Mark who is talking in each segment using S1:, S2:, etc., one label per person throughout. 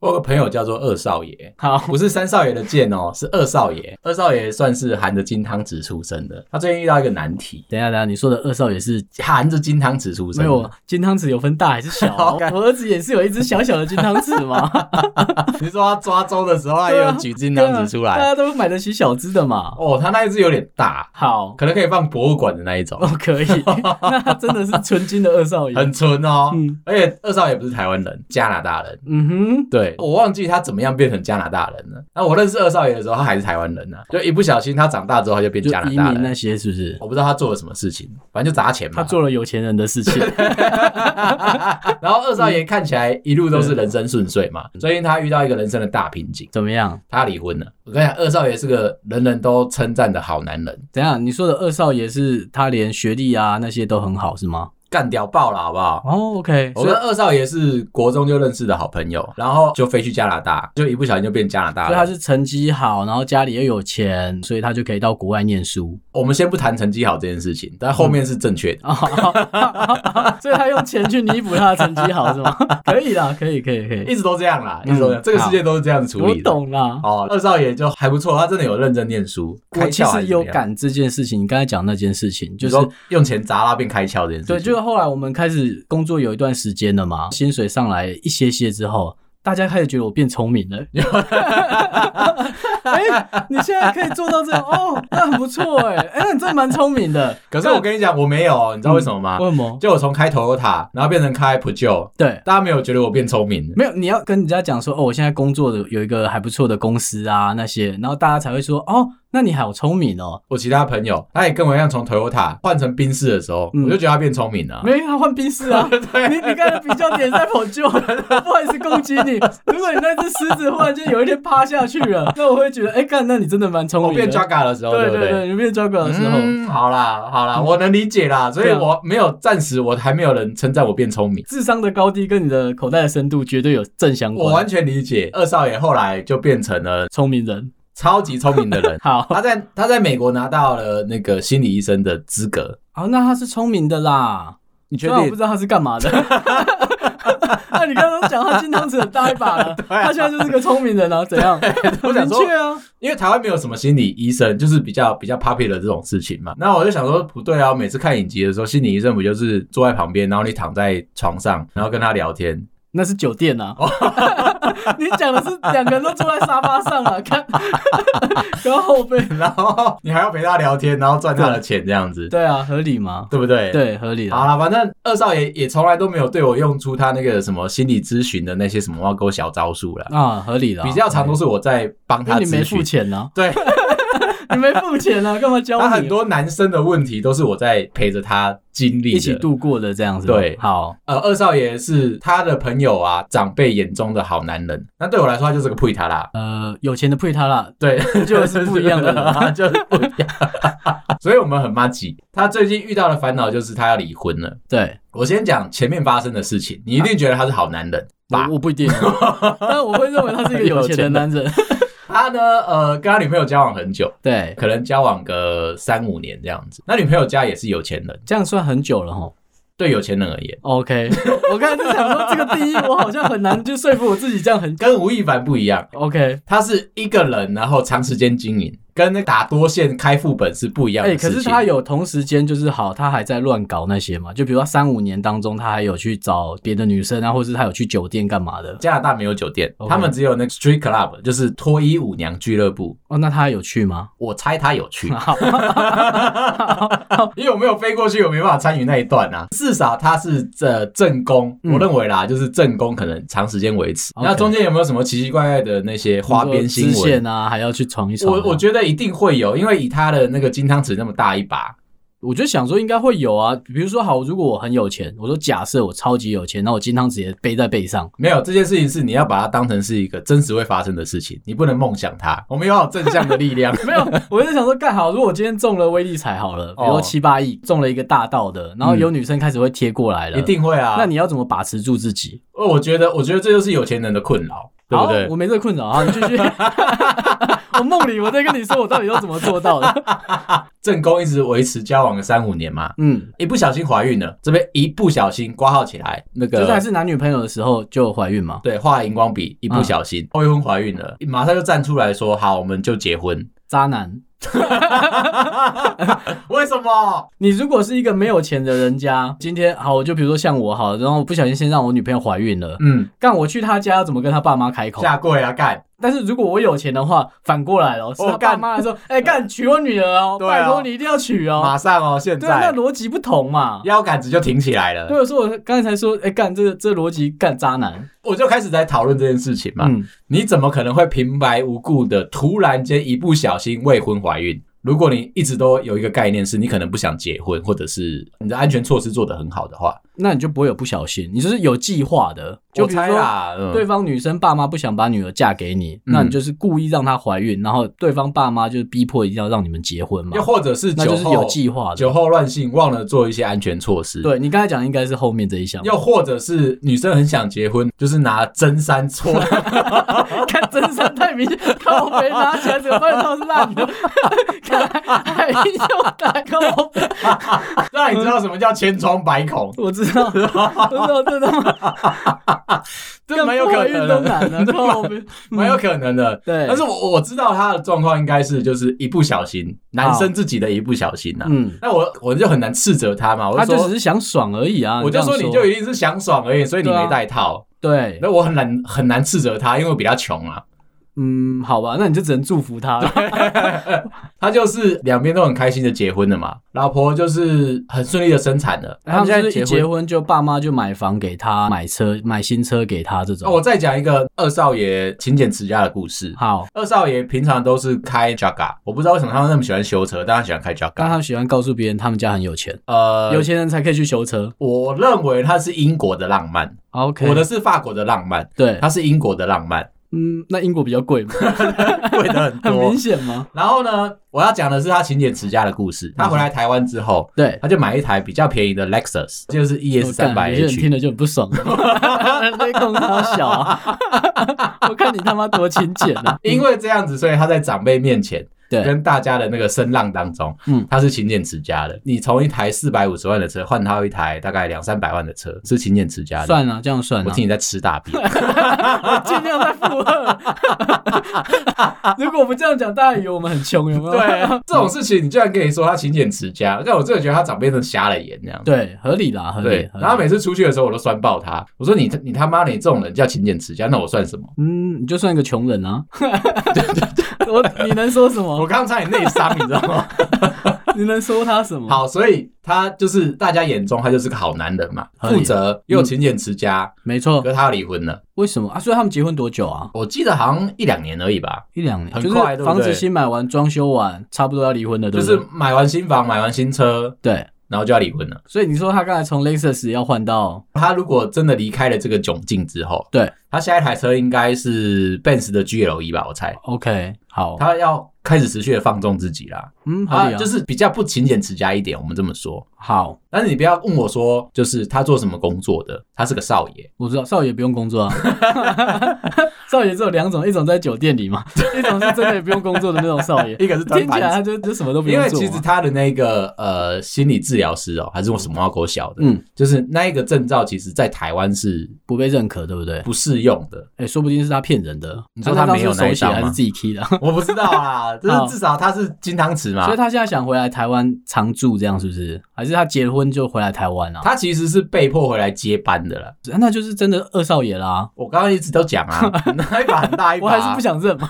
S1: 我有个朋友叫做二少爷，
S2: 好，
S1: 不是三少爷的剑哦，是二少爷。二少爷算是含着金汤匙出生的，他最近遇到一个难题，
S2: 等一下等一下，你说的二少爷是
S1: 含着金汤匙出生
S2: 没
S1: 的。
S2: 有金汤匙有分大还是 小
S1: 好
S2: 啊？
S1: 干
S2: 我儿子也是有一只小小的金汤匙 嘛，
S1: 你说他抓周的时候，他也有举金汤匙出
S2: 啊大
S1: 来。
S2: 家都买得起小只的嘛。
S1: 啊哦，他那一只有点大，
S2: 好，
S1: 可能可以放博物馆的那一种，
S2: 哦， 可以，那他真的是纯金的二 少爷。
S1: 很纯哦。
S2: 嗯
S1: 而且二少爷不是台湾人，加拿大人。
S2: 嗯哼，
S1: 对我忘记他怎么样变成加拿大人了。那我认识二少爷的时候，他还是台湾人呢、就一不小心他长大之后，他就变
S2: 就
S1: 加拿
S2: 移
S1: 大
S2: 民
S1: 人
S2: 那。些是不是？
S1: 我不知道他做了什么事情，反正就砸钱嘛。
S2: 他做了有钱人的事 情，
S1: 然后二少爷看起来一路都是人生顺遂嘛，最近他遇到一个人生的大瓶颈，
S2: 怎么样？
S1: 他离婚了。我跟你讲，二少爷是个人人都称赞的好男人，
S2: 怎样？你说的二少爷是他连学历啊那些都很好是吗？
S1: 干屌爆了，好不好？
S2: 哦，OK，
S1: 我
S2: 所以
S1: 跟二少爷是国中就认识的好朋友，然后就飞去加拿大，就一不小心就变加拿大
S2: 所以他
S1: 了。
S2: 是成绩好，然后家里又有钱，所以他就可以到国外念书。
S1: 我们先不谈成绩好这件事情，但后面是正确的。
S2: 哦， 所以他用钱去弥补他的成绩 好是吗？可以啦，可以，可以，可以，
S1: 一直都这样啦，一直都这样，
S2: 嗯
S1: 这个世界都是这样子处
S2: 我
S1: 理的。
S2: 懂啦。
S1: 哦，二少爷就还不错，他真的有认真念书，
S2: 我
S1: 开
S2: 其
S1: 窍还
S2: 实
S1: 是
S2: 有
S1: 怎么样，
S2: 感这件事情，你刚才讲那件事情，就是
S1: 你说用钱砸拉变开窍这件事情。
S2: 对，就是后来我们开始工作有一段时间了嘛，薪水上来一些些之后，大家开始觉得我变聪明了。 哎、你现在可以做到这样哦，那很不错哎，哎、那你真的蛮聪明的。
S1: 可是我跟你讲，我没有，你知道为什么吗？
S2: 为什么？
S1: 就我从开 Toyota，然后变成开 Peugeot，
S2: 对，
S1: 大家没有觉得我变聪明。
S2: 没有，你要跟人家讲说哦，我现在工作的有一个还不错的公司啊那些，然后大家才会说哦，那你好聪明哦。
S1: 我其他朋友，他也跟我一样从 Toyota 换成宾士的时候，
S2: 嗯
S1: 我就觉得他变聪明 了。
S2: 没有，他换冰 室啊。你你刚才比较点在跑旧，我不好意思攻击你。如果你那只狮子忽然间有一天趴下去 了，那我会觉得，哎、干，那你真的蛮聪
S1: 我
S2: 明的。
S1: 变 Jaga 的时候，
S2: 对
S1: 不
S2: 对对，你变 Jaga 的时候，
S1: 嗯，好啦，好啦，我能理解啦，所以
S2: 对啊
S1: 我没有暂时我还没有人称赞我变聪明，
S2: 智商的高低跟你的口袋的深度绝对有正相
S1: 我
S2: 关
S1: 完。全理解。二少爷后来就变成了
S2: 聪明人，，
S1: 超级聪明的人
S2: 好，
S1: 他在他在美国拿到了那个心理医生的资格。
S2: 好、哦那他是聪明的啦。
S1: 你
S2: 虽然我不？知道他是干 嘛的。那你刚刚讲他金汤匙很大一把 了，他现在就是个聪明人啊，怎样？
S1: 啊我
S2: 很
S1: 想
S2: 明
S1: 说，
S2: 确啊，
S1: 因为台湾没有什么心理医生，就是比较比较 popular 的这种事情嘛。那我就想说，不对啊！我每次看影集的时候，心理医生不就是坐在旁边，然后你躺在床上，然后跟他聊天？
S2: 那是酒店啊。
S1: 哦
S2: 你讲的是两个人都坐在沙发上啊，看，然后后背。
S1: 然后你还要陪他聊天，然后赚他的钱，这样子，
S2: 对啊，合理吗？
S1: 对不对？。
S2: 对，合理
S1: 好
S2: 啊。
S1: 啦，反正二少爷也从来都没有对我用出他那个什么心理咨询的那些什么挖沟小招数啦，
S2: 啊，合理的。
S1: 比较常都是我在帮
S2: 因
S1: 他
S2: 为你没
S1: 咨
S2: 付
S1: 询。
S2: 钱呢、
S1: 对，
S2: 你没付钱呢、啊，干嘛教你？
S1: 他很多男生的问题都是我在陪着他经历的，
S2: 一起度过的这样子。
S1: 对
S2: 好，
S1: 呃，二少爷是他的朋友啊，长辈眼中的好男人。那对我来说，他就是个配他啦。
S2: 呃，有钱的配他啦，
S1: 对，
S2: 就是不一样的人啊
S1: 就是不一样。啊 所以我们很妈吉。他最近遇到的烦恼就是他要离婚了。
S2: 对，
S1: 我先讲前面发生的事情，你一定觉得他是好男人吧？
S2: 我我不一定，啊 但我会认为他是一个有钱的男人。
S1: 他呢，呃，跟他女朋友交往很久，
S2: 对，
S1: 可能交往个三五年这样子。那女朋友家也是有钱人，
S2: 这样算很久了哈。
S1: 对有钱人而言，
S2: OK，我刚才就想说这个第一，我好像很难就说服我自己这样很久。
S1: 跟吴亦凡不一样，
S2: OK，
S1: 他是一个人，然后长时间经营，跟那打多线开副本是不一样
S2: 哎、
S1: 的事
S2: 可
S1: 情。
S2: 是他有同时间就是好，他还在乱搞那些嘛，就比如说三五年当中，他还有去找别的女生啊，或者是他有去酒店干嘛的。
S1: 加拿大没有酒店
S2: OK
S1: 他们只有那个 street club，就是脱衣舞娘俱乐部。
S2: 哦，那他还有去吗？，
S1: 我猜他有去
S2: 好，
S1: 因为我没有飞过去，我没办法参与那一段啊。至少他是呃正宫，
S2: 嗯
S1: 我认为啦，就是正宫可能长时间维持。
S2: OK
S1: 那中间有没有什么奇奇怪怪的那些花边新
S2: 比如说支
S1: 闻
S2: 线？啊，还要去闯一闯啊、
S1: 我我觉得一定会有，因为以他的那个金汤匙那么大一把，
S2: 我就想说应该会有啊，比如说好，如果我很有钱，我说假设我超级有钱，那我金汤匙也背在背上，
S1: 没有这件事情是你要把它当成是一个真实会发生的事情，你不能梦想它。我们要有正向的力量。
S2: 没有，我就想说干好，如果我今天中了威力彩好了，比如
S1: 哦
S2: 说七八亿中了一个大道的，然后有女生开始会贴过来了，
S1: 一，定会啊！
S2: 那你要怎么把持住自己？
S1: 哦，我觉得，我觉得这就是有钱人的困扰，对不
S2: 好，
S1: 对
S2: 我？没这个困扰啊，你继续，我梦里我在跟你说我到底要怎么做 到的。
S1: 正宫一直维持交往个三五年嘛，
S2: 嗯，
S1: 一不小心怀孕了，这边一不小心挂号起来，那
S2: 就是还
S1: 个
S2: 是男女朋友的时候就怀孕嘛，
S1: 对画荧光笔，一不小心、
S2: 嗯
S1: 未婚怀孕了，马上就站出来说好，我们就结婚。
S2: 渣男。
S1: 为什么？
S2: 你如果是一个没有钱的人家，今天好，我就比如说像我好，然后我不小心先让我女朋友怀孕了，
S1: 嗯，
S2: 干我去她家要怎么跟她爸妈开口？
S1: 下跪啊，干！
S2: 但是如果我有钱的话，反过来了，是
S1: 哦
S2: 他爸
S1: 干
S2: 妈 来说，哎、干娶我女儿哦，
S1: 对啊
S2: 拜托你一定要娶哦，
S1: 马上哦，现
S2: 对啊，那
S1: 在
S2: 逻辑不同嘛。
S1: 腰杆子就挺起来了。
S2: 对，所以我刚才才说，哎、干这个这逻辑干渣男，
S1: 我就开始在讨论这件事情嘛。
S2: 嗯，
S1: 你怎么可能会平白无故的突然间一不小心未婚怀孕？如果你一直都有一个概念是你可能不想结婚，或者是你的安全措施做得很好的话，
S2: 那你就不会有不小心，你就是有计划的，就
S1: 我
S2: 比如
S1: 猜
S2: 说。
S1: 啦，嗯
S2: 对，方女生爸妈不想把女儿嫁给你，那你就是故意让她怀孕，然后对方爸妈就是逼迫一定要让你们结婚嘛
S1: 又，或者是
S2: 那就
S1: 酒
S2: 是
S1: 后
S2: 有计划的。
S1: 酒后乱性，忘了做一些安全措施。。
S2: 对你刚才讲的应该是后面这一项，
S1: 又或者是女生很想结婚，就是拿真三 搓，
S2: 看真三太明显，看我没拿起来，怎么办？它是烂的， 看还要打我，
S1: 让你知道什么叫千疮百 孔。
S2: 我知道，我知道，真 的吗？
S1: 这蛮有可能
S2: 运动 难的，靠背，
S1: 蛮有可能的。
S2: 对
S1: 但是我我知道他的状况应该是就是一不小心，男生自己的一不小心呐、啊。
S2: 嗯，
S1: 那我我就很难斥责他嘛，我
S2: 他
S1: 就
S2: 就
S1: 说
S2: 只是想爽而已啊。
S1: 我就
S2: 说
S1: 说你就一定是想爽而已，所以你
S2: 对啊
S1: 没带套。
S2: 对，
S1: 那我很难很难斥责他，因为我比他穷啊。
S2: 嗯，好吧，那你就只能祝福他 了。
S1: 他就是两边都很开心的结婚了嘛，老婆就是很顺利的生产了。
S2: 哎他
S1: 现在
S2: 们就是一结。婚就爸妈就买房给他，买车买新车给他这
S1: 哦，
S2: 种。
S1: 我再讲一个二少爷勤俭持家的故事。
S2: 好，
S1: 二少爷平常都是开 Jaga，我不知道为什么他们那么喜欢修车，但他喜欢开
S2: 刚
S1: Jaga。
S2: 他喜欢告诉别人他们家很有钱，
S1: 呃，
S2: 啊有钱人才可以去修车。
S1: 我认为它是英国的浪漫，
S2: OK，
S1: 我的是法国的浪漫，
S2: 对，
S1: 它是英国的浪 漫，
S2: 嗯，那英国比较贵嘛，
S1: 贵的很
S2: 很
S1: 多
S2: 明。显吗？
S1: 然后呢，我要讲的是他勤俭持家的故事。他回来台湾之后，
S2: 对，
S1: 他就买一台比较便宜的 Lexus，就是 ES
S2: 我
S1: 三
S2: 干
S1: 百
S2: 有些人
S1: H
S2: 听。了就很不爽， 那空好小啊！我看你他妈多勤俭啊！
S1: 因为这样子，所以他在长辈面前
S2: 对，
S1: 跟大家的那个声浪当中，
S2: 嗯
S1: 他是勤俭持家的。你从一台四百五十万的车换到一台大概两三百万的车，是勤俭持家的。
S2: 算了，这样算
S1: 我
S2: 了，
S1: 听你在吃大便。
S2: 我尽量在附和。 如果我们这样讲，大家以为我们很穷，有没有？
S1: 对，这种事情你居然跟你说他勤俭持家，让我真的觉得他长辈真的瞎了眼这样。
S2: 对，合理啦，合理
S1: 对。，然后每次出去的时候，我都酸爆他，我说你你他妈你这种人叫勤俭持家，那我算什么？
S2: 嗯，你就算一个穷人啊。 我你能说什
S1: 我
S2: 么？
S1: 刚刚差点内伤，你知道吗？
S2: 你能说他什 么？
S1: 好，所以他就是大家眼中他就是个好男人嘛，
S2: 合理嗯
S1: 负责又勤俭持家，
S2: 没错
S1: 可，是他要离婚了，
S2: 为什么啊？所以他们结婚多久啊？
S1: 我记得好像一两年而已吧。
S2: 一两年，
S1: 很
S2: 就是
S1: 快对不
S2: 房
S1: 对
S2: 子新买完，装修完，差不多要离婚了，对
S1: 就
S2: 不
S1: 是
S2: 对？
S1: 买完新房，买完新车，
S2: 对。
S1: 然后就要离婚了。
S2: 所以你说他刚才从 Lexus 要换到
S1: 他如果真的离开了这个窘境之后，
S2: 对
S1: 他下一台车应该是 Benz 的 GLE 吧，我猜。
S2: 哦 OK，好，
S1: 他要开始持续的放纵自己啦，
S2: 嗯，合
S1: 啊，
S2: 理啊，
S1: 就是比较不勤俭持家一点，我们这么说。
S2: 好，
S1: 但是你不要问我说，就是他做什么工作的，他是个少爷，
S2: 我知道少爷不用工作啊，啊 少爷只有两种，一种在酒店里嘛，一种是真的也不用工作的那种少爷，
S1: 一个是
S2: 听起来他就就什么都不
S1: 因
S2: 用
S1: 为
S2: 做嘛，啊
S1: 其实他的那个呃心理治疗师哦，还是我什么猫狗小的，
S2: 嗯，
S1: 就是那一个证照，其实在台湾是
S2: 不被认可，对不对？
S1: 不适用的。
S2: 哎，说不定是他骗人的，
S1: 你说
S2: 他
S1: 他没有
S2: 手写
S1: 那一张
S2: 还是
S1: 吗
S2: 自己 key 的，
S1: 我不知道啊， 就
S2: 好
S1: 是至少他是金汤匙嘛
S2: 哦所以。他现在想回来台湾常住，这样是不是？还是他结婚就回来台湾啊？
S1: 他其实是被迫回来接班的了。
S2: 啊那就是真的二少爷啦，
S1: 我刚刚一直都讲 啊，那一把很大一把
S2: 我
S1: 啊、
S2: 还是不想 认嘛，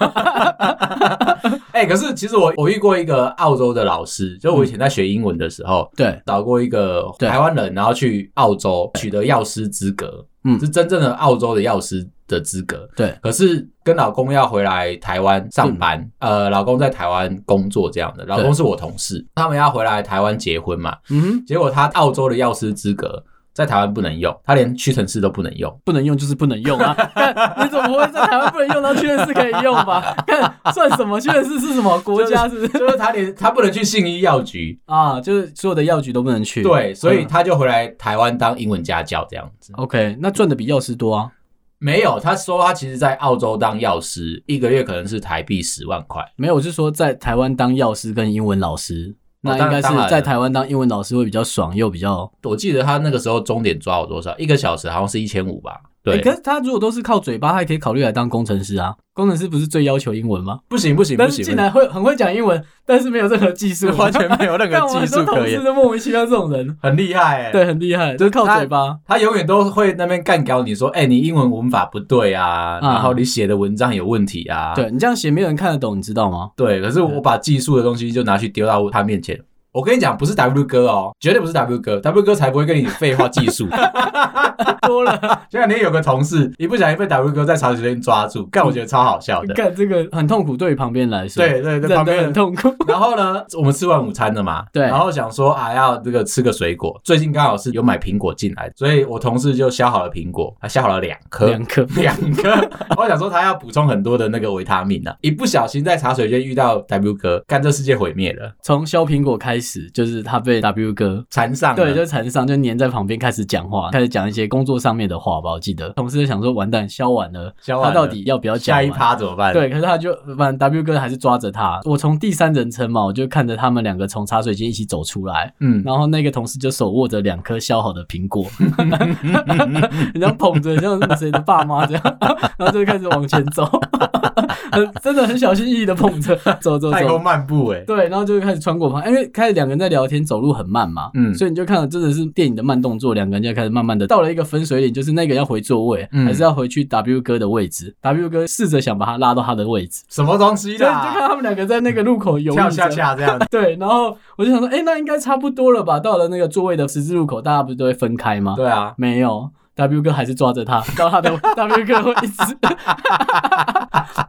S1: 哎、可是其实我我遇过一个澳洲的老师，就我以前在学英文的时候，
S2: 对，
S1: 找过一个
S2: 对
S1: 台湾人，然后去澳洲取得药师资格，
S2: 嗯
S1: 是真正的澳洲的药师的资格。
S2: 对，
S1: 可是跟老公要回来台湾上班，
S2: 嗯
S1: 呃，老公在台湾工作这样的，老公是我同事，他们要回来台湾结婚嘛，
S2: 嗯哼，
S1: 结果他澳洲的药师资格。在台湾不能用，他连屈臣氏都不能 用。
S2: 不能用就是不能用啊！ 看你怎么会在台湾不能用，然后屈臣氏可以用吧？ 看算什么？屈臣氏是什么国家？是不是
S1: 就是他连他不能去信医药局，
S2: 啊？就是所有的药局都不能去。
S1: 对，所以
S2: 嗯
S1: 他就回来台湾当英文家教这样子。
S2: OK，那赚的比药师多啊。
S1: 没有，他说他其实在澳洲当药师，一个月可能是台币十万块。
S2: 没有，我是说在台湾当药师跟英文老师，
S1: 哦
S2: 那应该
S1: 当然
S2: 是在台湾当英文老师会比较爽，又比较
S1: 我记得他那个时候钟点抓我多少？一个小时好像是一千五吧。对，
S2: 欸可是他如果都是靠嘴巴，他也可以考虑来当工程师啊。工程师不是最要求英文吗？
S1: 不行不行不
S2: 但是
S1: 行，
S2: 竟然会很会讲英文，但是没有任何技术，啊
S1: 完 全没有任
S2: 但
S1: 何
S2: 我
S1: 技
S2: 很多
S1: 术
S2: 同
S1: 可言
S2: 事，都莫名其妙这种人，
S1: 很厉害哎、
S2: 对，，很厉害，就是靠嘴巴。
S1: 他永远都会那边干掉你说，哎、你英文文法不对啊，
S2: 嗯
S1: 然后你写的文章有问题啊。
S2: 对你这样写，没有人看得懂，你知 道吗？
S1: 对，可是我把技术的东西就拿去丢到他面前。我跟你讲，不是 W 哥哦，绝对不是 W 哥，W 哥才不会跟你废话技 术。
S2: 多了，
S1: 前两天有个同事一不小心被 W 哥在茶水间抓住，干我觉得超好笑的。
S2: 干这个很痛苦，对于旁边来说，
S1: 对对对，旁
S2: 嗯真的
S1: 边
S2: 很
S1: 人
S2: 痛苦。
S1: 然后呢，我们吃完午餐了嘛，
S2: 对
S1: 然后想说啊，要这个吃个水果。最近刚好是有买苹果进来，所以我同事就削好了苹果，他削好了两颗，
S2: 两颗，
S1: 两颗。我想说他要补充很多的那个维他命啊，一不小心在茶水间遇到 W 哥，干这世界毁灭了，
S2: 从削苹果开始，就是他被 W 哥
S1: 缠上了。
S2: 对，就缠上，就黏在旁边开始讲话，开始讲一些工作上面的话吧。我记得同事就想说，完蛋，削完了，
S1: 削完了
S2: 他到底要不要讲
S1: 下
S2: 完？
S1: 一趴怎么办？，
S2: 对，可是他就反正 W 哥还是抓着他。我从第三人称嘛，我就看着他们两个从茶水间一起走出来，
S1: 嗯，
S2: 然后那个同事就手握着两颗削好的苹果， 你像捧着像谁的爸妈这样，然后就开始往前走，很真的很小心翼翼的捧着，走走
S1: 太空
S2: 走。
S1: 漫步哎、欸，
S2: 对，然后就开始穿过旁，因为开始两个人在聊天，走路很慢嘛，
S1: 嗯
S2: 所以你就看到真的是电影的慢动作，两个人就开始慢慢的到了一个分水岭，就是那个要回座位，
S1: 嗯
S2: 还是要回去 W 哥的位置，W 哥试着想把他拉到他的位置，
S1: 什么东西
S2: 所以你就看
S1: 啦？
S2: 他们两个在那个路口犹豫
S1: 啊跳下
S2: 着。
S1: 下这样子，
S2: 对，然后我就想说，哎、那应该差不多了吧？到了那个座位的十字路口，大家不是都会分开吗？
S1: 对啊，
S2: 没有，W 哥还是抓着他，到 他的 W 哥会 一直。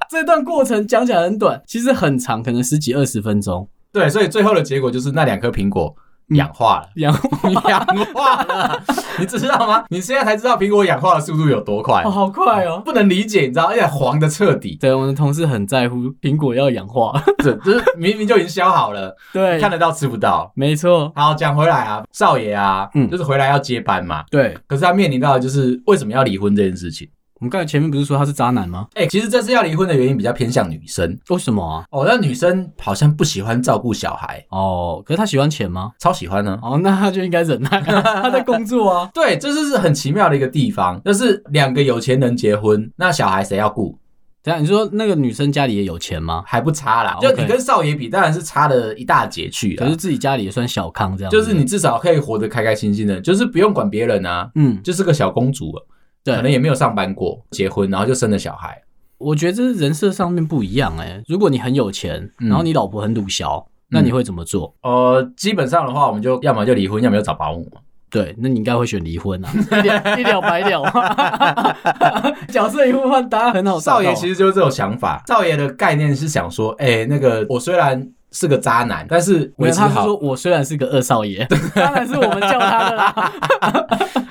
S2: 这段过程讲起来很短，其实很长，可能十几二十分钟。
S1: 对，所以最后的结果就是那两颗苹果
S2: 嗯
S1: 氧化了。
S2: 然后，
S1: 氧化了，你知道吗？你现在才知道苹果氧化的速度有多快
S2: 哦，，好快哦！
S1: 不能理解，你知道？而且黄的彻 底，
S2: 对，我们的同事很在乎苹果要氧化。
S1: 这就是明明就已经削好了，
S2: 对
S1: 看，得到吃不到。
S2: 没错，
S1: 好，讲回来啊，少爷啊，
S2: 嗯
S1: 就是回来要接班嘛。
S2: 对。
S1: 可是他面临到的就是为什么要离婚这件事情。
S2: 我们刚才前面不是说他是渣男吗？
S1: 哎、其实这次要离婚的原因比较偏向女生
S2: 为什么啊？
S1: 哦，那女生好像不喜欢照顾小孩，
S2: 哦，可是他喜欢钱吗？
S1: 超喜欢呢、
S2: 哦，那他就应该忍 耐，他在工作啊。
S1: 对，这就是很奇妙的一个地方，就是两个有钱人结婚，那小孩谁要顾？
S2: 等一下你说那个女生家里也有钱吗？
S1: 还不差啦
S2: 好，
S1: 就
S2: OK
S1: 你跟少爷比，当然是差了一大截去
S2: 可
S1: 了
S2: 是。自己家里也算小康这样，
S1: 就是你，至少可以活得开开心心的，就是不用管别人啊，
S2: 嗯，
S1: 就是个小公主了，啊可能
S2: 对，
S1: 也没有上班过，结婚然后就生了小孩，
S2: 我觉得这是人设上面不一样哎、如果你很有钱，
S1: 嗯
S2: 然后你老婆很鲁小，那你会怎么做？
S1: 呃，基本上的话，我们就要么就离婚，要么就找保姆嘛。
S2: 对，那你应该会选离婚 啊，一了一了百 了嘛。角色一互换，答案很好找
S1: 少
S2: 到。
S1: 爷其
S2: 实
S1: 实就是这种想法，少爷的概念是想说，哎、那个我虽然是个渣男，但是
S2: 没
S1: 维
S2: 有，
S1: 持
S2: 他是
S1: 好
S2: 说，我虽然是个二少爷， 当然是我们叫他的啦。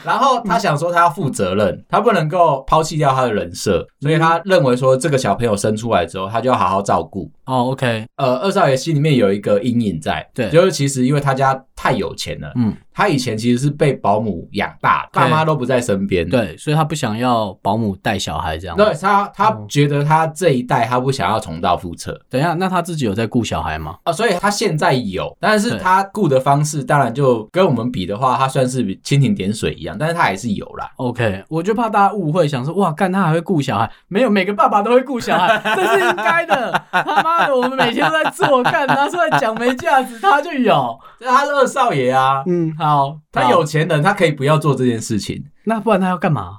S1: 然后他想说他要负责任，他不能够抛弃掉他的人设，
S2: 嗯
S1: 所以他认为说这个小朋友生出来之后，他就要好好照顾。
S2: 哦，OK，
S1: 呃，二少爷心里面有一个阴影在，
S2: 对
S1: 就是其实因为他家太有钱了，
S2: 嗯，
S1: 他以前其实是被保姆养大的，
S2: 对
S1: 爸妈都不在身边，，
S2: 对，所以他不想要保姆带小孩这样。
S1: 对，他他
S2: 哦
S1: 觉得他这一代他不想要重蹈覆辙
S2: 等一下，那他自己有在顾小孩吗？
S1: 啊、所以他现在有，但是
S2: 对
S1: 他雇的方式当然就跟我们比的话，他算是比蜻蜓点水一样，但是他还是有啦。
S2: OK，我就怕大家误会，想说哇，干他还会顾小孩？没有，每个爸爸都会顾小 孩，这是应该的。他妈的，我们每天都在做，干拿出来讲没价值，他就有。
S1: 他是二少爷啊，
S2: 嗯，好，
S1: 他
S2: 好
S1: 有，钱人，他可以不要做这件事情，
S2: 那不然他要干嘛？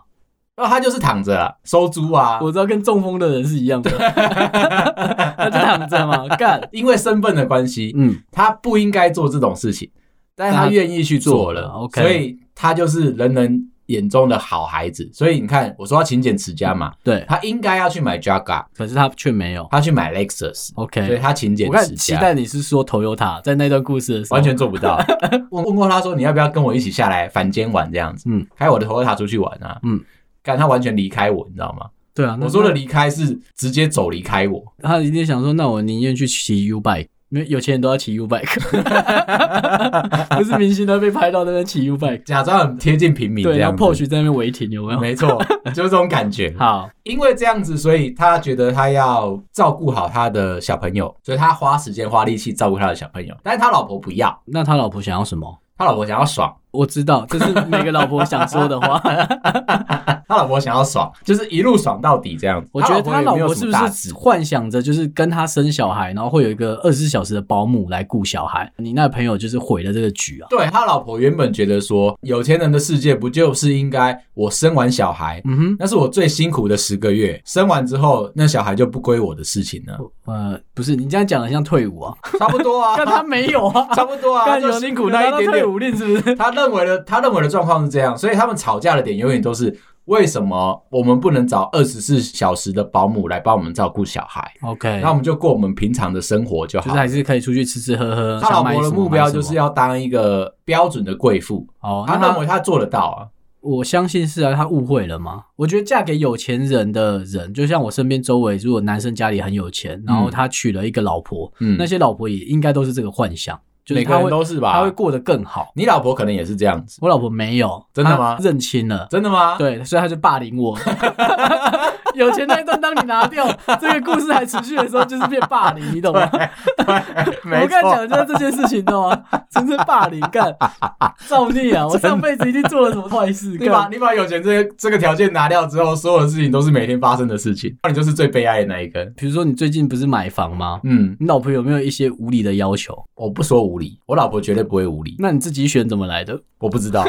S1: 然后他就是躺着啊，收租啊，
S2: 我知道跟中风的人是一 样的，他就躺着嘛，干。
S1: 因为身份的关系，
S2: 嗯，
S1: 他不应该做这种事情，但是
S2: 但
S1: 他
S2: 他
S1: 愿意去做
S2: 做
S1: 了
S2: 了，OK 啊
S1: 所以他就是人人眼中的好孩子。所以你看，我说他勤俭持家嘛，
S2: 对，
S1: 他应该要去买 Jaga，
S2: 可是他却没没有。
S1: 他去买 Lexus，所以
S2: OK，
S1: 他勤俭
S2: 我看
S1: 持
S2: 期
S1: 家。
S2: 待你是说 Toyota 在那段故事的时候，
S1: 完全做不 到。我问过他说：“你要不要跟我一起下来凡间玩这样子？
S2: 嗯，
S1: 开我的 Toyota 出去玩啊？”
S2: 嗯，
S1: 但他完全离开我，你知道吗？
S2: 对啊。那
S1: 我说的离开是直接走离开我。
S2: 他一定想说，那我宁愿去骑 U bike。因为有钱人都要骑 U bike，不是明星都被拍到在那边骑 U bike，
S1: 假装很贴近平民这
S2: 对，然
S1: 样
S2: 后
S1: 子
S2: Porsche 在那边违停，有没 有？
S1: 没 错，就是这种感觉。
S2: 好，
S1: 因为这样子，所以他觉得他要照顾好他的小朋友，所以他花时间花力气照顾他的小朋友。但是他老婆不要，
S2: 那他老婆想要什么？
S1: 他老婆想要爽，
S2: 我知道，这是每个老婆想说的话。
S1: 他老婆想要爽，就是一路爽到底这样子。
S2: 我觉得
S1: 他
S2: 他
S1: 老也
S2: 老
S1: 没有
S2: 婆
S1: 什
S2: 是
S1: 么
S2: 不
S1: 大
S2: 是
S1: 志
S2: 幻想着就是跟他生小孩，然后会有一个二十四小时的保姆来顾小孩？你那个朋友就是毁了这个局啊！
S1: 对他老婆原本觉得说，有钱人的世界不就是应该我生完小孩，
S2: 嗯哼，
S1: 那是我最辛苦的十个月，生完之后那小孩就不归我的事情了，
S2: 呃，不是，你这样讲的像退伍 啊，
S1: 差不多啊，
S2: 但他没有啊，
S1: 差不多啊，
S2: 干
S1: 就
S2: 有
S1: 辛苦
S2: 有拿
S1: 那一
S2: 到
S1: 点
S2: 退
S1: 点
S2: 伍令是不是？
S1: 他认为的，他认为的状况是这样，所以他们吵架的点永远都是为什么我们不能找二十四小时的保姆来帮我们照顾小孩，
S2: OK，
S1: 那我们就过我们平常的生活就
S2: 就
S1: 好
S2: 是。还是可以出去吃吃喝喝。
S1: 他老
S2: 想买
S1: 婆的
S2: 什么
S1: 目
S2: 买
S1: 标
S2: 什么
S1: 就是要当一个标准的贵妇，
S2: 哦，
S1: 他
S2: 那
S1: 认
S2: 他
S1: 为他做得到啊。
S2: 我相信是啊，他误会了嘛。我觉得嫁给有钱人的人，就像我身边周围，如果男生家里很有钱，然后他娶了一个老婆，
S1: 嗯，
S2: 那些老婆也应该都是这个幻想，就是
S1: 每个
S2: 他
S1: 人
S2: 会
S1: 都是
S2: 他会
S1: 吧？
S2: 过得更好。
S1: 你老婆可能也是这样子，
S2: 我老婆没有，
S1: 真的吗
S2: 她认清了，
S1: 真的吗？
S2: 对，所以她就霸凌我。 有钱那一段当你拿掉，这个故事还持续的时候，就是变霸凌，你懂吗？我
S1: 没
S2: 刚才
S1: 错，
S2: 讲的就是这件事情，懂吗？ 真是霸凌， 干造孽啊！我上辈子一定做了什么坏事，
S1: 你把
S2: 干
S1: 你把有钱这个这个条件拿掉之后，所有的事情都是每天发生的事情，那你就是最悲哀的那一根。
S2: 比如说，你最近不是买房吗？
S1: 嗯，
S2: 你老婆有没有一些无理的要求？
S1: 我不说无理，我老婆绝对不会无理。
S2: 那你自己选怎么来的？
S1: 我不知道，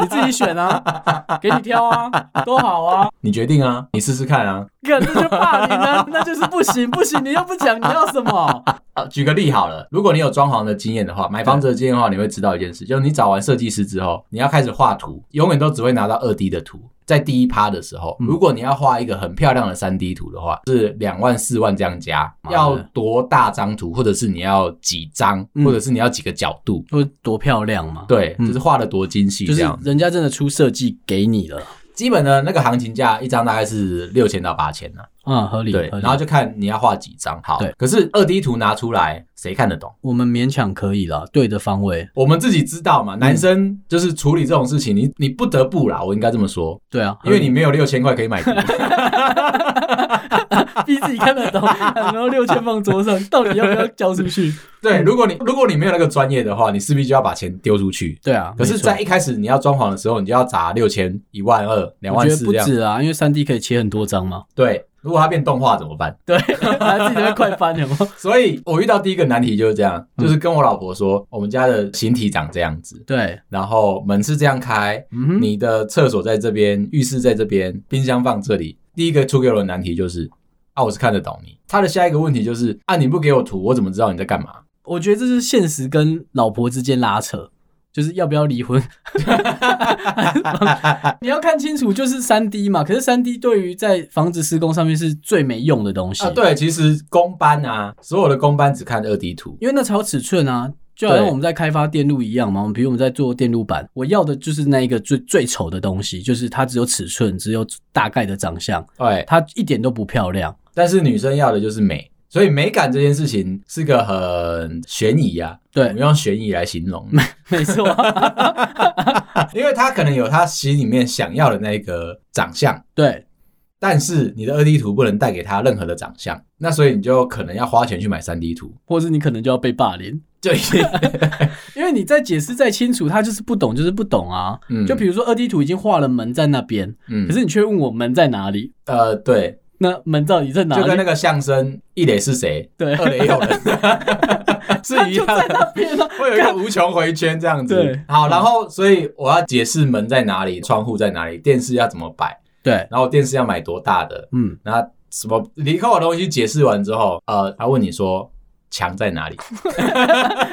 S2: 你自己选 啊，给你挑啊，多好啊！
S1: 你决定啊，你试试看啊。
S2: 干这就霸凌 啊，那就是不行不行，你又不讲你要什么？
S1: 啊，举个例好了，如果你有装潢的经验的话，买房子的经验的话，你会知道一件事，就是你找完设计师之后，你要开始画图，永远都只会拿到二 D 的图。在第一趴的时候，
S2: 嗯
S1: 如果你要画一个很漂亮的三 D 图的话，是两万四万这样加，
S2: 妈的
S1: 要多大张图，或者是你要几张，
S2: 嗯
S1: 或者是你要几个角度，
S2: 说多漂亮嘛，
S1: 对，
S2: 嗯
S1: 就是画的多精细
S2: 就
S1: 这
S2: 是
S1: 样子。
S2: 人家真的出设计给你了，
S1: 基本呢，那个行情价一张大概是六千到八千呢，啊
S2: 嗯，合理。
S1: 对，
S2: 合理
S1: 然后就看你要画几张。好
S2: 对，
S1: 可是二 D 图拿出来谁看得懂？
S2: 我们勉强可以了，对的方位，
S1: 我们自己知道嘛，
S2: 嗯
S1: 男生就是处理这种事情，你你不得不啦，我应该这么说，
S2: 对啊，
S1: 因为你没有六千块可以买地，
S2: 逼自己看 得懂，然后六千放桌上，到底要不要交出去？
S1: 对，如果你如果你没有那个专业的话，你势必就要把钱丢出去。
S2: 对啊，
S1: 可是，
S2: 没错
S1: 在一开始你要装潢的时候，你就要砸六千、一万二、两
S2: 我
S1: 万
S2: 觉
S1: 四这
S2: 得不
S1: 样。
S2: 止啊，因为三 D 可以切很多张嘛，
S1: 对，如果它变动画怎么办？
S2: 对，然后自己在快翻了嘛，
S1: 所以我遇到第一个难题就是这样，就是跟我老婆说，我们家的形体长这样子，
S2: 对，
S1: 然后门是这样开，
S2: 嗯哼，
S1: 你的厕所在这边，浴室在这边，冰箱放这里。第一个出给我的难题就是，啊，我是看得懂你。他的下一个问题就是，啊，你不给我图，我怎么知道你在干嘛？
S2: 我觉得这是现实跟老婆之间拉扯，就是要不要离婚。 你要看清楚，就是三 D 嘛。可是三 D 对于在房子施工上面是最没用的东西，
S1: 啊，，对，其实工班啊，所有的工班只看二 D 图，
S2: 因为那才有尺寸啊。就好像我们在开发电路一样嘛，我们比如我们在做电路板，我要的就是那一个最最丑的东西，就是它只有尺寸，只有大概的长相，
S1: 对，
S2: 它一点都不漂亮。
S1: 但是女生要的就是美。所以美感这件事情是个很悬疑啊，我
S2: 对
S1: 们，用悬疑来形容，
S2: 没错，
S1: 因为他可能有他心里面想要的那个长相，
S2: 对，
S1: 但是你的二 D 图不能带给他任何的长相，那所以你就可能要花钱去买三 D 图，
S2: 或是你可能就要被霸凌，
S1: 就已经
S2: 因为你再解释再清楚，他就是不懂，就是不懂啊。
S1: 嗯
S2: 就比如说二 D 图已经画了门在那边，
S1: 嗯
S2: 可是你却问我门在哪里？
S1: 呃，对，
S2: 那门到底在哪
S1: 就跟
S2: 里？
S1: 那个呃相声一垒是谁，
S2: 对，
S1: 二垒有 人，是
S2: 它
S1: 一
S2: 就
S1: 样
S2: 在那
S1: 的。
S2: 边了。
S1: 会有一个无穷回圈这样子。
S2: 对嗯
S1: 好，然后所以我要解释门在哪里，窗户在哪里，电视要怎么摆，
S2: 对，
S1: 然后电视要买多大的，
S2: 嗯，
S1: 然后什么离扣的东西解释完之后，呃，他问你说墙在哪里。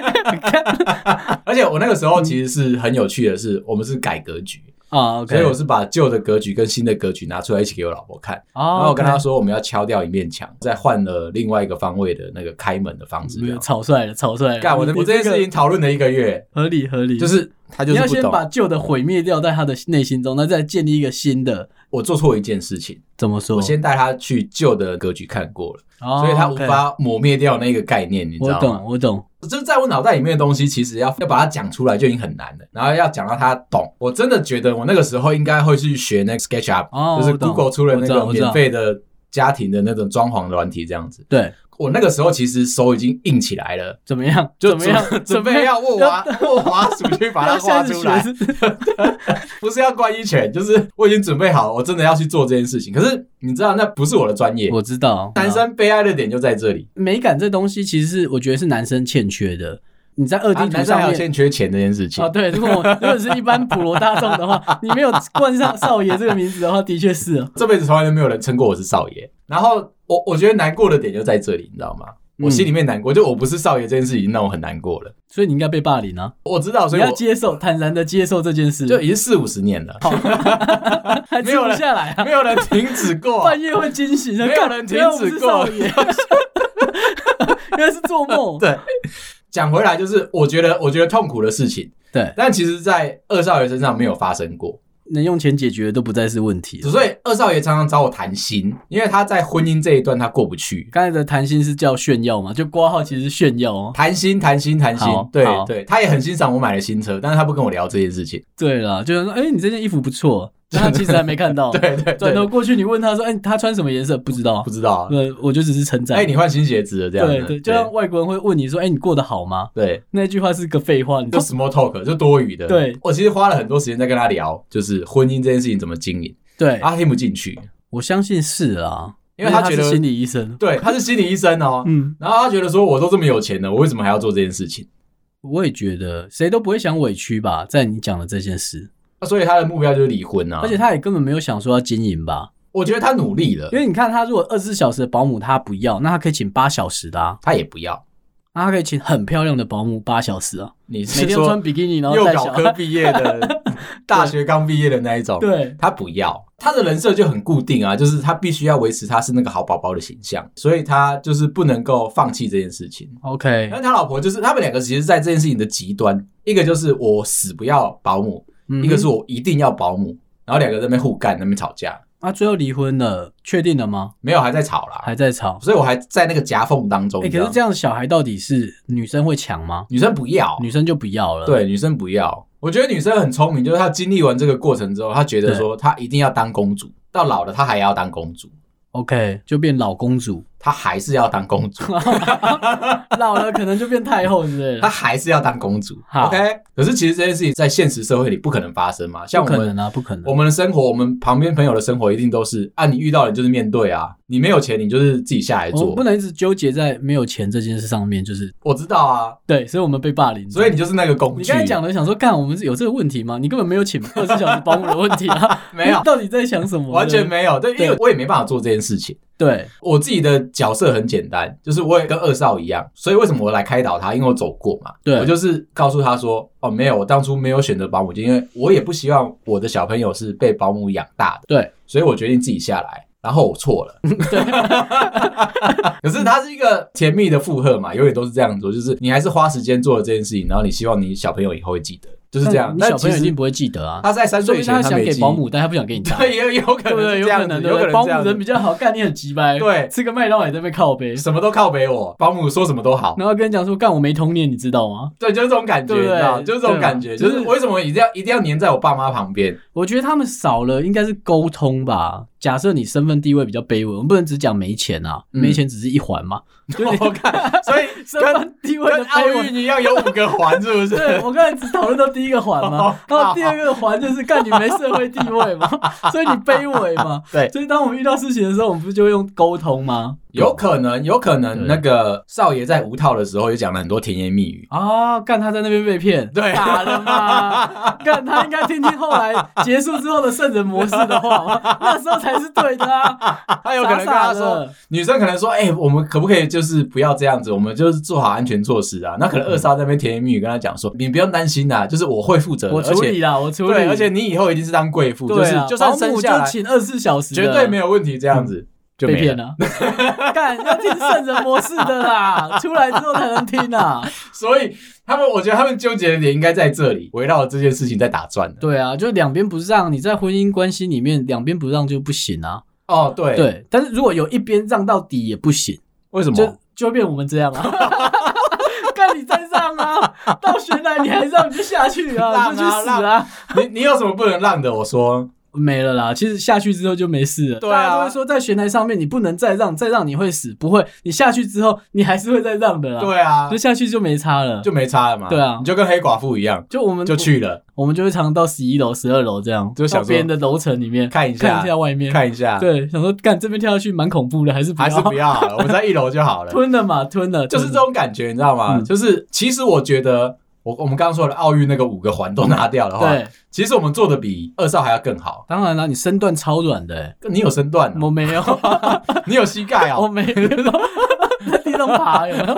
S1: 而且我那个时候其实是很有趣的是，我们是改格局，
S2: 啊，OK，
S1: 所以我是把旧的格局跟新的格局拿出来一起给我老婆看，然
S2: 然
S1: 后我跟她说我们要敲掉一面墙，再换了另外一个方位的那个开门的方式
S2: 没
S1: 这
S2: 有
S1: 样。
S2: 草率了，草率了。
S1: 干，我的
S2: 你
S1: 我
S2: 你
S1: 这件
S2: 个
S1: 事情讨论了一个月，
S2: 合理合理，
S1: 就是他就
S2: 你要
S1: 是不
S2: 先把
S1: 懂，
S2: 旧的毁灭掉，在他的内心中，那再建立一个新的。
S1: 我做错一件事情，
S2: 怎么说？
S1: 我先带他去旧的格局看过了，
S2: 哦，
S1: 所以他无
S2: OK
S1: 法抹灭掉那个概念，你知
S2: 我
S1: 道吗
S2: 懂，？我懂。
S1: 就是在我脑袋里面的东西，其实要要把它讲出来就已经很难了，然后要讲到他懂。我真的觉得我那个时候应该会去学那个 SketchUp，、
S2: 哦
S1: 就是
S2: 我懂
S1: Google 出了那
S2: 我知道
S1: 个
S2: 我知道
S1: 免费的家庭的那种装潢软体这样子。
S2: 对，
S1: 我那个时候其实手已经硬起来了，
S2: 怎么样？
S1: 就
S2: 怎么样？
S1: 准
S2: 怎
S1: 准
S2: 么
S1: 备
S2: 样？
S1: 要握 滑握滑鼠去把它画
S2: 要下次
S1: 出来
S2: 学，是
S1: 不是要关一拳，就是我已经准备好，我真的要去做这件事情。可是你知道，那不是我的专业。
S2: 我知道，啊
S1: 男生悲哀的点就在这里，
S2: 美感这东西，其实是我觉得是男生欠缺的。你在二
S1: 啊
S2: D 图
S1: 男生还
S2: 上
S1: 有
S2: 面。
S1: 欠缺钱这件事情
S2: 哦，。对，如果我如果是一般普罗大众的话， 你没有冠上少爷这个名字的话，的确是哦。
S1: 这辈子从来都没有人称过我是少爷。然后我我觉得难过的点就在这里，你知道吗？
S2: 嗯
S1: 我心里面难过，就我不是少爷这件事已经让我很难过了。
S2: 所以你应该被霸凌啊！
S1: 我知道，所
S2: 你
S1: 以
S2: 要
S1: 我
S2: 接受，坦然的接受这件事，
S1: 就已经四五十年了，
S2: 还
S1: 没
S2: 吃
S1: 有
S2: 不
S1: 人
S2: 下来啊！
S1: 没有人停止过
S2: 半。夜会惊醒的，
S1: 没有
S2: 干
S1: 人
S2: 原来我
S1: 停止
S2: 是
S1: 过
S2: 少爷原来是做 梦。
S1: 对，讲回来就是，我觉得我觉得痛苦的事情，
S2: 对，
S1: 但其实，在二少爷身上没有发生过。
S2: 能用钱解决的都不再是问题了。
S1: 所以二少爷常常找我谈心，因为他在婚姻这一段他过不去。
S2: 刚才的谈心是叫炫耀嘛？就挂号其实是炫耀哦。
S1: 谈心，谈心，谈心
S2: 好，
S1: 对
S2: 好
S1: 对，他也很欣赏我买了新车，但是他不跟我聊这件事情。
S2: 对啦，就是说，哎、你这件衣服不错，但他其实还没看 到。
S1: 对对对，
S2: 转头过去，你问他说，哎、他穿什么颜色？不知道
S1: 不。知道啊，
S2: 呃，我就只是称赞。
S1: 哎、你换新鞋子了这样子
S2: 对，对，就像外国人会问你说，哎、你过得好吗？
S1: 对，
S2: 那句话是个废话，你
S1: 就
S2: 就
S1: small talk 就多余的。
S2: 对
S1: 我其实花了很多时间在跟他聊，就是婚姻这件事情怎么经营，
S2: 对、
S1: 啊他听不进去，
S2: 我相信是啊啦，
S1: 因为他觉
S2: 是
S1: 得
S2: 心理医生。
S1: 对他是心理医生哦，
S2: 嗯，
S1: 然后他觉得说我都这么有钱了，我为什么还要做这件事情？
S2: 我也觉得谁都不会想委屈吧，在你讲的这件事，
S1: 啊所以他的目标就是离婚啊，
S2: 而且他也根本没有想说要经营吧，
S1: 我觉得他努力了
S2: 因，为你看他如果二十四小时的保姆他不要，那他可以请八小时的啊，
S1: 他也不要。
S2: 那他可以请很漂亮的保姆八小时啊，
S1: 你
S2: 每
S1: 是
S2: 天
S1: 说
S2: 穿比基尼然后
S1: 又
S2: 带
S1: 搞
S2: 小
S1: 科
S2: 孩，
S1: 毕业 的，大学刚毕业的那一种？，
S2: 对，
S1: 他不要，他的人设就很固定啊，就是他必须要维持他是那个好宝宝的形象，所以他就是不能够放弃这件事情。
S2: OK，
S1: 但他老婆就是他们两个，其实，在这件事情的极端，一个就是我死不要保姆，
S2: 嗯
S1: 一个是我一定要保姆，然后两个在那边互干，在那边吵架，
S2: 啊，最后离婚了，确定了吗？
S1: 没有还在吵啦，
S2: 还在吵，
S1: 所以我还在那个夹缝当中。
S2: 哎、
S1: 你知
S2: 可
S1: 道
S2: 是
S1: 吗
S2: 这样小孩到底是女生会抢吗？
S1: 女生不要，
S2: 女生就不要了，，
S1: 对女生不要。我觉得女生很聪明，就是她经历完这个过程之后，她觉得说她一定要当公主，到老了她还要当公主，
S2: ，OK，就变老公主，
S1: 她还是要当公主，
S2: 老了可能就变太后之类
S1: 她
S2: 的，
S1: 还是要当公主。
S2: 好
S1: OK，可是其实这件事情在现实社会里不可能发生嘛，像
S2: 不
S1: 我
S2: 可
S1: 们
S2: 能啊，不可能
S1: 我，们的生活，我们旁边朋友的生活一定都是啊，你遇到你就是面对啊，你没有钱你就是自己下来
S2: 我
S1: 做。
S2: 们不能一直纠结在没有钱这件事上面，就是
S1: 我知道啊，
S2: 对，所以我们被霸凌，
S1: 所以你就是那个工具。
S2: 你刚才讲的，想说干，我们是有这个问题吗？你根本没有请二十四小时保姆的问题啊，
S1: 没有
S2: 你到底在想什么？
S1: 完全没有，对，因为
S2: 对
S1: 我也没办法做这件事情。
S2: 对，
S1: 我自己的角色很简单，就是我也跟二少一样，所以为什么我来开导他？因为我走过嘛，
S2: 对
S1: 我就是告诉他说，哦，没有，我当初没有选择保姆，就因为我也不希望我的小朋友是被保姆养大的，
S2: 对，
S1: 所以我决定自己下来，然后我错了。可是它是一个甜蜜的负荷嘛，永远都是这样做，就是你还是花时间做了这件事情，然后你希望你小朋友以后会记得，就是这样。
S2: 你
S1: 但
S2: 小朋友
S1: 其
S2: 一
S1: 实
S2: 定不会记得啊，
S1: 他在三岁
S2: 说不
S1: 以
S2: 定
S1: 前
S2: 他
S1: 他
S2: 想
S1: 没
S2: 给
S1: 记
S2: 保，姆，但他不不想给你带，
S1: 对， 也有有可
S2: 对不
S1: 能
S2: 对？
S1: 是这
S2: 有可
S1: 样
S2: 能
S1: 子，
S2: 对
S1: 有
S2: 不
S1: 可能
S2: 对？保
S1: 这
S2: 姆
S1: 样
S2: 人
S1: 子
S2: 比。较好干，你很鸡掰，
S1: 对
S2: 吃个麦当劳也在被靠背，
S1: 什么都靠北我，保姆说什么都好，
S2: 然后跟你讲说干，我没童年，你知道吗？
S1: 对，就是这种感觉，
S2: 对
S1: 你
S2: 不
S1: 知
S2: 对
S1: 道，就是这种感觉，
S2: 对啊
S1: 就是
S2: 就是
S1: 为什么一定要一定要黏在我爸妈旁边？
S2: 我觉得他们少了应该是沟通吧。假设你身份地位比较卑微，我们不能只讲没钱啊，
S1: 嗯
S2: 没钱只是一环嘛。就是
S1: 我看，所 以
S2: 身
S1: 跟
S2: 份地位的
S1: 跟奥
S2: 卑微
S1: 运一样有五个环，是不
S2: 对，
S1: 是？
S2: 我刚才只讨论到第一个环
S1: 哦
S2: 嘛，然后第二个环就是干你没社会地 位嘛，所以你卑微嘛。
S1: 对
S2: 所以当我们遇到事情的时候，我们不是就会用沟通吗？
S1: 有可能，有可能
S2: 对
S1: 那个少爷在无套的时候也讲了很多甜言蜜语。
S2: 啊，干他在那边被骗，
S1: 对
S2: 打 了嘛，干他应该听听后来结束之后的圣人模式的话，那时候才是对的啊。
S1: 他有可能跟
S2: 傻傻
S1: 他
S2: 的
S1: 说，女生可能说，哎、我们可不可以就是不要这样子，我们就是做好安全措施啊？那可能二少在那边甜言蜜语跟他讲说，你不用担心啦，就是我会负责的，
S2: 我
S1: 而
S2: 处理
S1: 且
S2: 啦，我处理，
S1: 对，而且你以后一定是当贵妇，就
S2: 对
S1: 是
S2: 啊，
S1: 就算
S2: 保
S1: 生
S2: 姆
S1: 下
S2: 就
S1: 来
S2: 请二十四小时的，
S1: 绝对没有问题，这样子就
S2: 嗯被
S1: 没
S2: 骗。了，干要听圣人模式 的啦，出来之后才能听啊。
S1: 所以他们，我觉得他们纠结的点应该在这里，围绕这件事情在打转的。
S2: 对啊，就两边不让，你在婚姻关系里面两边不让就不行啊。
S1: 哦，对，
S2: 对，但是如果有一边让到底也不行，
S1: 为什
S2: 就
S1: 么？
S2: 就会变我们这样啊。 看你再让啊，到悬崖你还让你就下去 啊，
S1: 让啊
S2: 你就去死啊
S1: 让，你你有什么不能让的？我说，
S2: 没了啦。其实下去之后就没事了。
S1: 对啊
S2: 大家都会说在悬崖上面你不能再让，再让你会死。不会，你下去之后你还是会再让的啦。、
S1: 对啊
S2: 就，下去就没差了。
S1: 就没差了嘛。
S2: 对啊
S1: 你就跟黑寡妇一样，
S2: 就我们
S1: 就，去了
S2: 我们就会常常到十一楼、十二楼这样，
S1: 就想
S2: 到
S1: 说
S2: 别人的楼层里面
S1: 看一下
S2: 看一下外面，
S1: 看一下，
S2: 对，想说干这边跳下去蛮恐怖的，还是
S1: 啊还是不要 好了，我们在一楼就好了。
S2: 吞了嘛，吞了，
S1: 就是这种感觉，你知道吗？
S2: 嗯
S1: 就是其实我觉得，我我们刚刚说的奥运那个五个环都拿掉的话，
S2: 对，
S1: 其实我们做的比二少还要更好。
S2: 当然啦，你身段超软 的、欸，
S1: 你有身段、哦，
S2: 我没有，
S1: 你有膝盖哦
S2: 我，没有， 在地上爬有没有？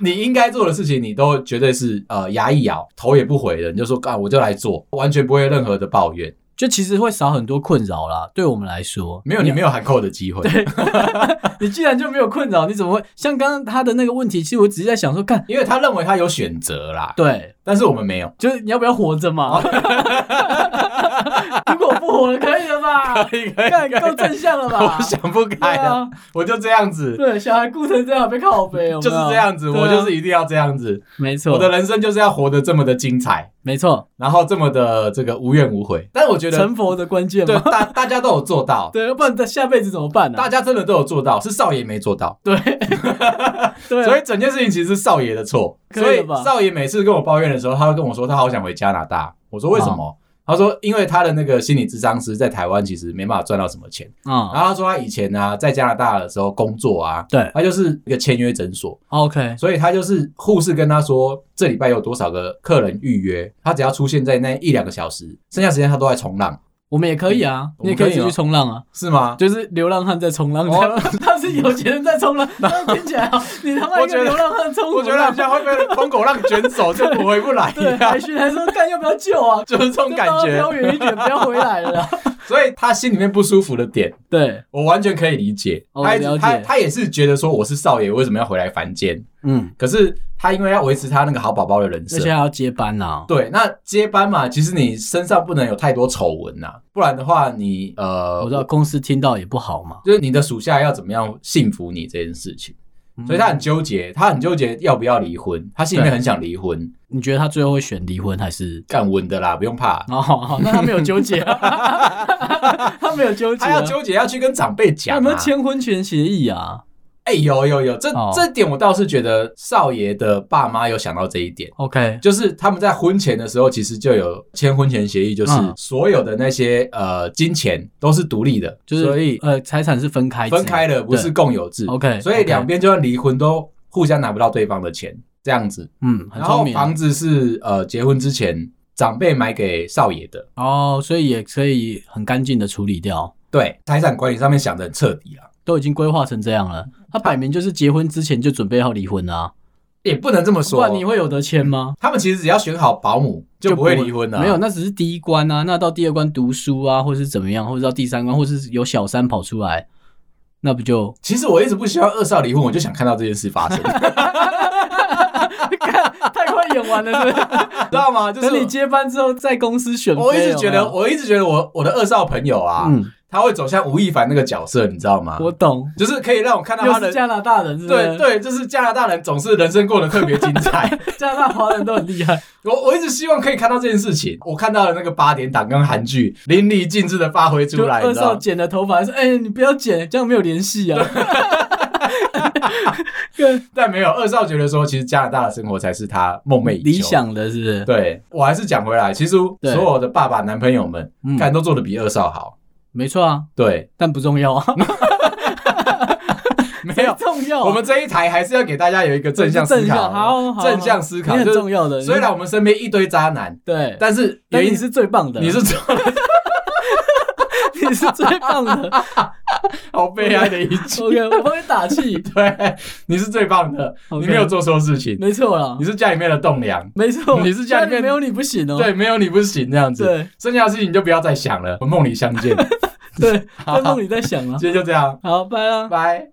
S1: 你应该做的事情，你都绝对是呃牙一咬，头也不回的，你就说干、我就来做，完全不会有任何的抱怨，
S2: 就 其实会少很多困扰啦，对我们来说，
S1: 没有你没有喊扣的机会，
S2: 你既然就没有困扰，你怎么会像刚刚他的那个问题？其实我只是在想说，干
S1: 因为他认为他有选择啦，
S2: 对，
S1: 但是我们没有。
S2: 就是你要不要活着 嘛？如果不活了，可以了吧？
S1: 可以可以
S2: 干
S1: 可以
S2: 够正向了吧
S1: 我？想不
S2: 对
S1: 开了，
S2: 啊，
S1: 我就这样子，
S2: 对，小孩顾成这样被靠背，有没有
S1: 就是这，样子，
S2: 对啊啊
S1: 我就是一定要这样子，
S2: 没错，
S1: 我的人生就是要活得这么的精彩，
S2: 没错，
S1: 然后这么的这个无怨无悔。但我觉得，
S2: 成佛的关键
S1: 对
S2: 嘛，
S1: 大大家都有做到，
S2: 对，要不然他下辈子怎么办啊呢、
S1: 大家真的都有做到，是少爷没做到，
S2: 对，对，啊
S1: 所以整件事情其实是少爷的错。
S2: 可以
S1: 所以
S2: 了吧
S1: 少爷每次跟我抱怨的时候，他会跟我说他好想回加拿大，我说为什
S2: 啊
S1: 么？他说：“因为他的那个心理咨商师在台湾其实没办法赚到什么钱。
S2: 嗯
S1: 然后他说他以前呢、在加拿大的时候工作啊，
S2: 对
S1: 他就是一个签约诊所，
S2: ，OK，
S1: 所以他就是护士跟他说，这礼拜有多少个客人预约，他只要出现在那一两个小时，剩下时间他都在冲浪，
S2: 我们也可以啊，
S1: 嗯我
S2: 你也
S1: 们
S2: 可
S1: 可
S2: 以
S1: 以
S2: 去
S1: 吗
S2: 冲浪啊，
S1: 是吗？
S2: 就是流浪汉在冲浪，
S1: 哦
S2: 他是有钱人在冲 浪，那听起来啊，你他妈一
S1: 我觉
S2: 个
S1: 得
S2: 流浪汉冲
S1: 我
S2: 什
S1: 觉得
S2: 么浪
S1: 很？像会被疯狗浪卷走，就回不来一
S2: 对，啊
S1: 样
S2: 海，巡还说干要不要救啊？
S1: 就是这种感
S2: 就
S1: 觉
S2: 让他。飘远一点，不要回来 了啊。
S1: 所以他心里面不舒服的点，
S2: 对，
S1: 我完全可以理解。
S2: 哦
S1: 他一直
S2: 了解
S1: 他他也是觉得说我是少爷，为什么要回来凡间？
S2: 嗯，
S1: 可是他因为要维持他那个好宝宝的人
S2: 而且
S1: 设。
S2: 还要接班啊。
S1: 对，那接班嘛，其实你身上不能有太多丑闻呐，不然的话你，呃，
S2: 我知道公司听到也不好嘛，
S1: 就是你的属下要怎么样信服你这件事情，
S2: 嗯
S1: 所以他很纠结，他很纠结要不要离婚，他心里面很想离婚，
S2: 你觉得他最后会选离婚还是？
S1: 干稳的啦，不用怕。
S2: 哦，那他没有纠结啊， 他没有纠结
S1: 他
S2: 啊，
S1: 要纠结要去跟长辈
S2: 他
S1: 讲、
S2: 有
S1: 啊，
S2: 没有签婚前协议啊？
S1: 哎、有有有，这、
S2: 哦
S1: 这点我倒是觉得少爷的爸妈有想到这一点，
S2: OK，
S1: 就是他们在婚前的时候其实就有签婚前协议，就是
S2: 嗯
S1: 所有的那些呃金钱都是独立的，
S2: 就是
S1: 所以
S2: 呃财产是分开
S1: 分开了，不是共有制
S2: 对 OK，
S1: 所以两边就算离婚都互相拿不到对方的钱，这样子。
S2: 嗯，很
S1: 然后
S2: 聪明
S1: 房子是呃结婚之前长辈买给少爷的，
S2: 哦，所以也可以很干净的处理掉，
S1: 对财产管理上面想的很彻底啊，
S2: 都已经规划成这样了，他摆明就是结婚之前就准备要离婚了啊，
S1: 也不能这么
S2: 不
S1: 说
S2: 然。你会有得签吗？
S1: 他们其实只要选好保姆就不会离婚啊了、
S2: 没有，，那只是第一关啊，那到第二关读书啊，或是怎么样，或者到第三关，或是有小三跑出来，那不就
S1: 其实我一直不希望二少离婚，我就想看到这件事发生，你
S2: 太快演完了，是不 是？
S1: 知道吗？就是
S2: 等你接班之后，在公司选妃，
S1: 我一直觉得，
S2: 有没有
S1: 哦我一直觉得我我的二少朋友啊，
S2: 嗯，
S1: 他会走向吴亦凡那个角色，你知道吗？
S2: 我懂，
S1: 就是可以让我看到
S2: 又
S1: 他
S2: 是
S1: 的。
S2: 加拿大人，是不
S1: 对
S2: 是？
S1: 对，就是加拿大人总是人生过得特别精 彩。
S2: 加拿大华人都很厉害，
S1: 我我一直希望可以看到这件事情。我看到了那个八点档跟韩剧淋漓尽致的发挥 出
S2: 就
S1: 来，
S2: 二
S1: 你知道
S2: 少
S1: 吗？
S2: 剪了头发，说：“哎、你不要剪，这样没有联系啊。对
S1: 但没有二少觉得说，其实加拿大的生活才是他梦寐以求
S2: 理。想的是不是？
S1: 对我还是讲回来，其实所
S2: 对
S1: 有的爸爸男朋友们，
S2: 嗯
S1: 看都做的比二少好。
S2: 没错啊，
S1: 对，
S2: 但不重要啊。
S1: 没有
S2: 很 重要啊、
S1: 我们这一台还是要给大家有一个正向思
S2: 正向，
S1: 考，哦
S2: 好，好
S1: 正向思考
S2: 你很
S1: 就是
S2: 重要的。
S1: 虽然我们身边一堆渣男，
S2: 对，
S1: 但是
S2: 但
S1: 原
S2: 你
S1: 因
S2: 是最棒的，
S1: 你是
S2: 你是最 棒的。
S1: 好悲哀的一句，
S2: OK，我帮你打气，
S1: 对，你是最棒的，
S2: OK
S1: 你没有做错事情，
S2: 没错啦
S1: 你，是家里面的栋梁，
S2: 没错，
S1: 你是家
S2: 家
S1: 里面
S2: 没有你不行哦。
S1: 对，没有你不行这样子，
S2: 对
S1: 剩下的事情你就不要 再想了，我们梦里相见，
S2: 对，在梦里在想啊。
S1: 今天就这样，
S2: 好，拜啦。
S1: 拜。